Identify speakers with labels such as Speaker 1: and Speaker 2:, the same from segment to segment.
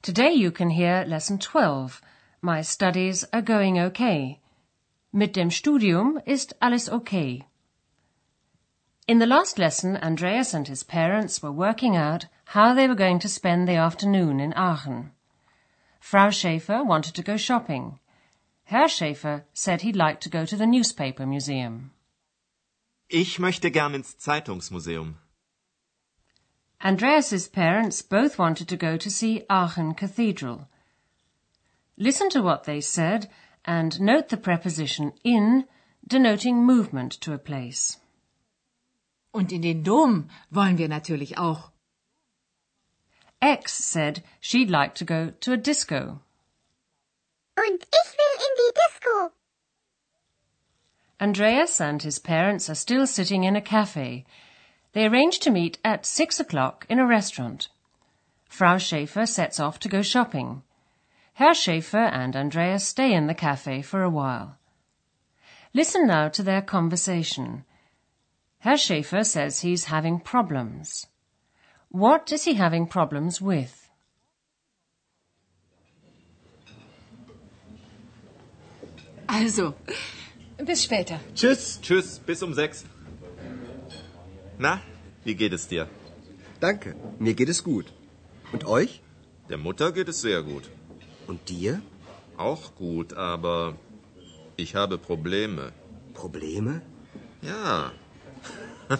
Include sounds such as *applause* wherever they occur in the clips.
Speaker 1: Today you can hear lesson 12. My studies are going okay. Mit dem Studium ist alles okay. In the last lesson, Andreas and his parents were working out how they were going to spend the afternoon in Aachen. Frau Schäfer wanted to go shopping. Herr Schäfer said he'd like to go to the newspaper museum.
Speaker 2: Ich möchte gern ins Zeitungsmuseum.
Speaker 1: Andreas's parents both wanted to go to see Aachen Cathedral. Listen to what they said and note the preposition in denoting movement to a place.
Speaker 3: Und in den Dom wollen wir natürlich auch.
Speaker 1: X said she'd like to go to a disco.
Speaker 4: Und ich will in die Disco.
Speaker 1: Andreas and his parents are still sitting in a cafe. They arrange to meet at six o'clock in a restaurant. Frau Schäfer sets off to go shopping. Herr Schäfer and Andreas stay in the cafe for a while. Listen now to their conversation. Herr Schäfer says he's having problems. What is he having problems with?
Speaker 3: Also, bis später.
Speaker 2: Tschüss. Tschüss, bis um sechs. Na, wie geht es dir?
Speaker 5: danke, mir geht es gut. Und euch?
Speaker 2: Der Mutter geht es sehr gut.
Speaker 5: Und dir?
Speaker 2: Auch gut, aber ich habe Probleme.
Speaker 5: Probleme?
Speaker 2: Ja. *laughs*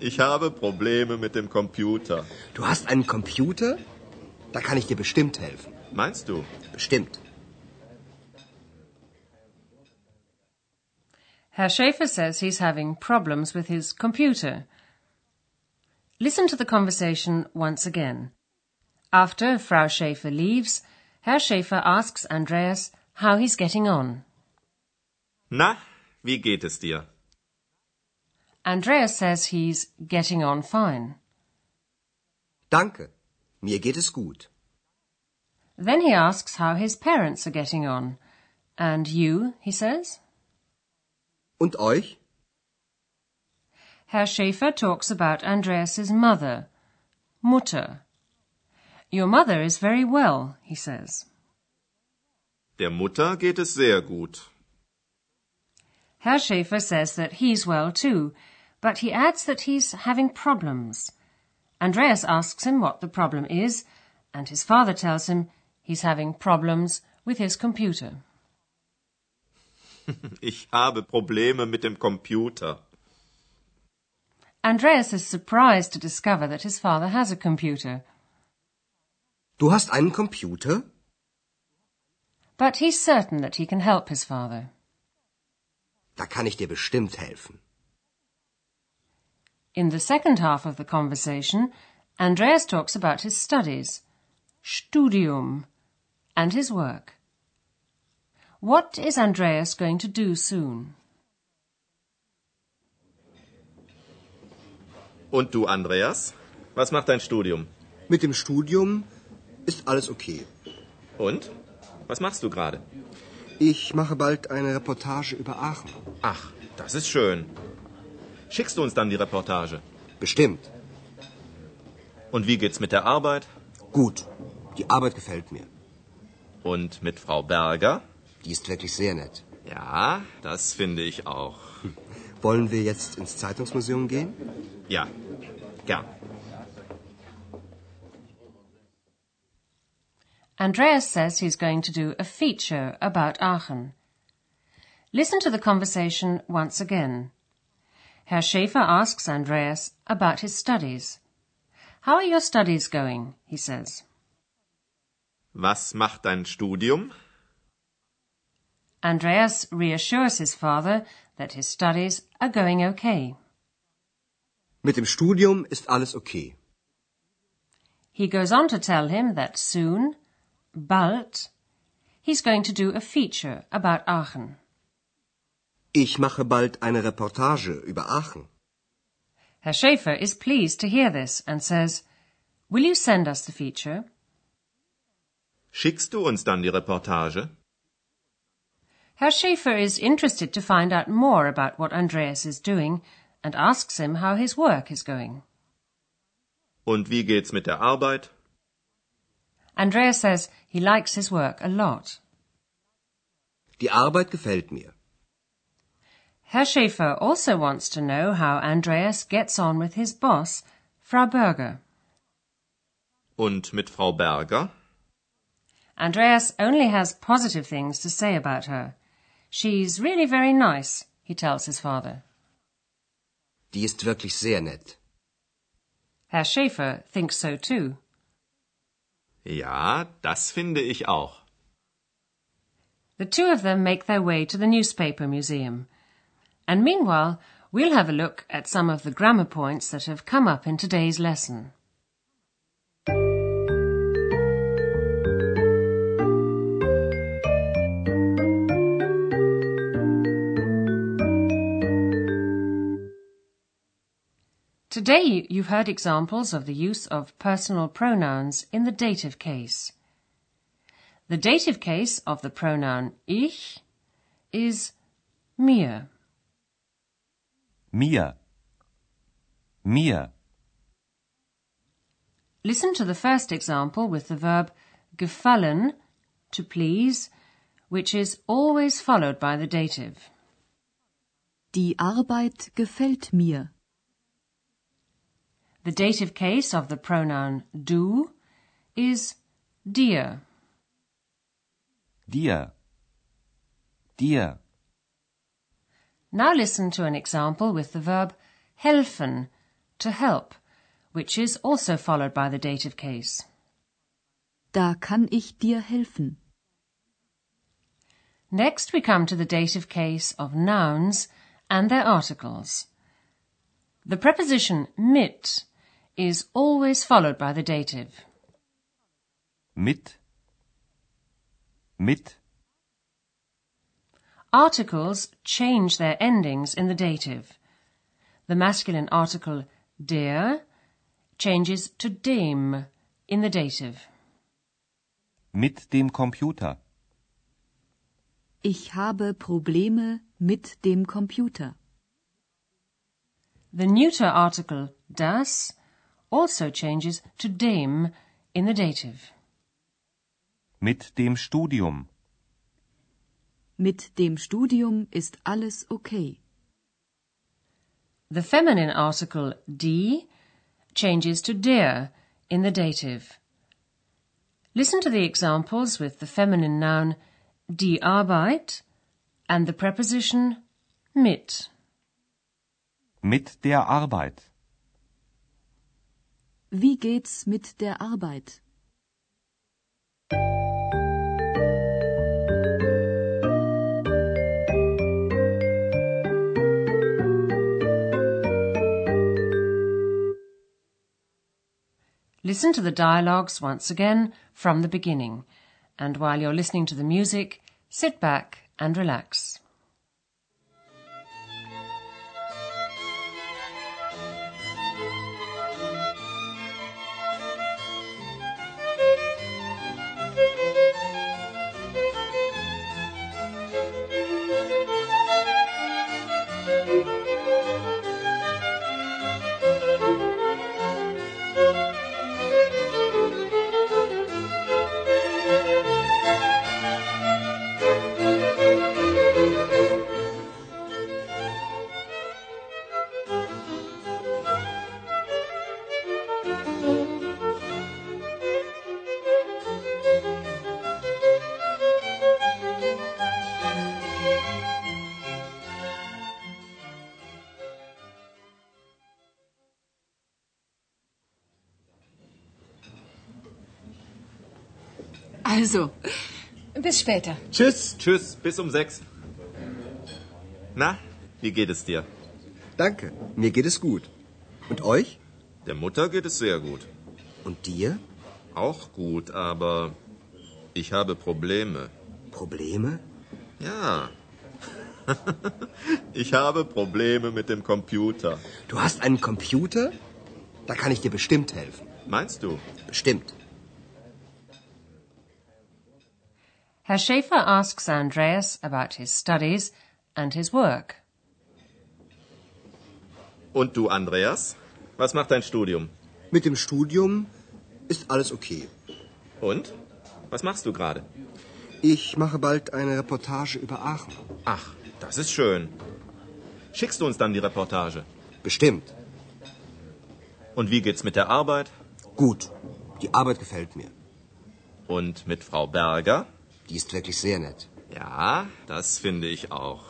Speaker 2: ich habe Probleme mit dem Computer.
Speaker 5: Du hast einen Computer? Da kann ich dir bestimmt helfen.
Speaker 2: Meinst du?
Speaker 5: Bestimmt.
Speaker 1: Herr Schäfer says he's having problems with his computer. Listen to the conversation once again. After Frau Schäfer leaves, Herr Schäfer asks Andreas how he's getting on.
Speaker 2: Na, wie geht es dir?
Speaker 1: Andreas says he's getting on fine.
Speaker 5: Danke, mir geht es gut.
Speaker 1: Then he asks how his parents are getting on. And you, he says?
Speaker 5: Und euch?
Speaker 1: Herr Schäfer talks about Andreas's mother, Mutter. Your mother is very well, he says.
Speaker 2: Der Mutter geht es sehr gut.
Speaker 1: Herr Schäfer says that he's well too, but he adds that he's having problems. Andreas asks him what the problem is, and his father tells him he's having problems with his computer.
Speaker 2: Ich habe Probleme mit dem Computer.
Speaker 1: Andreas is surprised to discover that his father has a computer,
Speaker 5: Du hast einen Computer?
Speaker 1: but he's certain that he can help his father.
Speaker 5: Da kann ich dir bestimmt helfen.
Speaker 1: In the second half of the conversation, Andreas talks about his studies, studium, and his work. What is Andreas going to do soon?
Speaker 2: Und du, Andreas? Was macht dein Studium?
Speaker 5: Mit dem Studium ist alles okay.
Speaker 2: Und? Was machst du gerade?
Speaker 5: Ich mache bald eine Reportage über Aachen.
Speaker 2: Ach, das ist schön. Schickst du uns dann die Reportage?
Speaker 5: Bestimmt.
Speaker 2: Und wie geht's mit der Arbeit?
Speaker 5: Gut. Die Arbeit gefällt mir.
Speaker 2: Und mit Frau Berger?
Speaker 5: Die ist wirklich sehr nett.
Speaker 2: Ja, das finde ich auch.
Speaker 5: Wollen wir jetzt ins Zeitungsmuseum gehen?
Speaker 2: Ja, gern.
Speaker 1: Andreas says he's going to do a feature about Aachen. Listen to the conversation once again. Herr Schäfer asks Andreas about his studies. How are your studies going? he says.
Speaker 2: Was macht dein Studium?
Speaker 1: Andreas reassures his father that his studies are going okay.
Speaker 5: Mit dem Studium ist alles okay.
Speaker 1: He goes on to tell him that soon, bald, he's going to do a feature about Aachen.
Speaker 5: Ich mache bald eine Reportage über Aachen.
Speaker 1: Herr Schäfer is pleased to hear this and says, Will you send us the feature?
Speaker 2: Schickst du uns dann die Reportage?
Speaker 1: Herr Schäfer is interested to find out more about what Andreas is doing and asks him how his work is going.
Speaker 2: Und wie geht's mit der Arbeit?
Speaker 1: Andreas says he likes his work a lot.
Speaker 5: Die Arbeit gefällt mir.
Speaker 1: Herr Schäfer also wants to know how Andreas gets on with his boss, Frau Berger.
Speaker 2: Und mit Frau Berger?
Speaker 1: Andreas only has positive things to say about her. She's really very nice, he tells his father.
Speaker 5: Die ist wirklich sehr nett.
Speaker 1: Herr Schäfer thinks so too.
Speaker 2: Ja, das finde ich auch.
Speaker 1: The two of them make their way to the newspaper museum. And meanwhile, we'll have a look at some of the grammar points that have come up in today's lesson. Today you- you've heard examples of the use of personal pronouns in the dative case. The dative case of the pronoun ich is mir.
Speaker 6: Mir. Mir.
Speaker 1: Listen to the first example with the verb gefallen, to please, which is always followed by the dative.
Speaker 7: Die Arbeit gefällt mir.
Speaker 1: The dative case of the pronoun du is dir.
Speaker 6: Dir. Dir.
Speaker 1: Now listen to an example with the verb helfen, to help, which is also followed by the dative case.
Speaker 7: Da kann ich dir helfen.
Speaker 1: Next we come to the dative case of nouns and their articles. The preposition mit is always followed by the dative.
Speaker 6: Mit. Mit.
Speaker 1: Articles change their endings in the dative. The masculine article der changes to dem in the dative.
Speaker 6: Mit dem Computer.
Speaker 7: Ich habe Probleme mit dem Computer.
Speaker 1: The neuter article das also changes to dem in the dative.
Speaker 6: Mit dem Studium.
Speaker 7: Mit dem Studium ist alles okay.
Speaker 1: The feminine article die changes to der in the dative. Listen to the examples with the feminine noun die Arbeit and the preposition mit.
Speaker 6: Mit der Arbeit.
Speaker 7: Wie geht's mit der Arbeit?
Speaker 1: Listen to the dialogues once again from the beginning. And while you're listening to the music, sit back and relax.
Speaker 3: Also, bis später.
Speaker 2: Tschüss. Tschüss, bis um sechs. Na, wie geht es dir?
Speaker 5: Danke, mir geht es gut. Und euch?
Speaker 2: Der Mutter geht es sehr gut.
Speaker 5: Und dir?
Speaker 2: Auch gut, aber ich habe Probleme.
Speaker 5: Probleme?
Speaker 2: Ja. *laughs* ich habe Probleme mit dem Computer.
Speaker 5: Du hast einen Computer? Da kann ich dir bestimmt helfen.
Speaker 2: Meinst du?
Speaker 5: Bestimmt.
Speaker 1: Herr Schäfer asks Andreas about his studies and his work.
Speaker 2: Und du, Andreas? Was macht dein Studium?
Speaker 5: Mit dem Studium ist alles okay.
Speaker 2: Und? Was machst du gerade?
Speaker 5: Ich mache bald eine Reportage über Aachen.
Speaker 2: Ach, das ist schön. Schickst du uns dann die Reportage?
Speaker 5: Bestimmt.
Speaker 2: Und wie geht's mit der Arbeit?
Speaker 5: Gut. Die Arbeit gefällt mir.
Speaker 2: Und mit Frau Berger?
Speaker 5: Die ist wirklich sehr nett.
Speaker 2: Ja, das finde ich auch.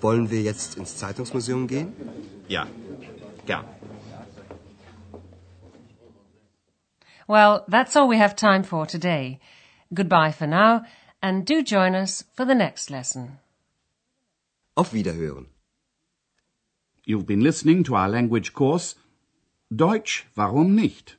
Speaker 5: Wollen wir jetzt ins Zeitungsmuseum gehen?
Speaker 2: Ja, gern.
Speaker 1: Well, that's all we have time for today. Goodbye for now, and do join us for the next lesson.
Speaker 5: Auf Wiederhören.
Speaker 8: You've been listening to our language course, Deutsch, warum nicht?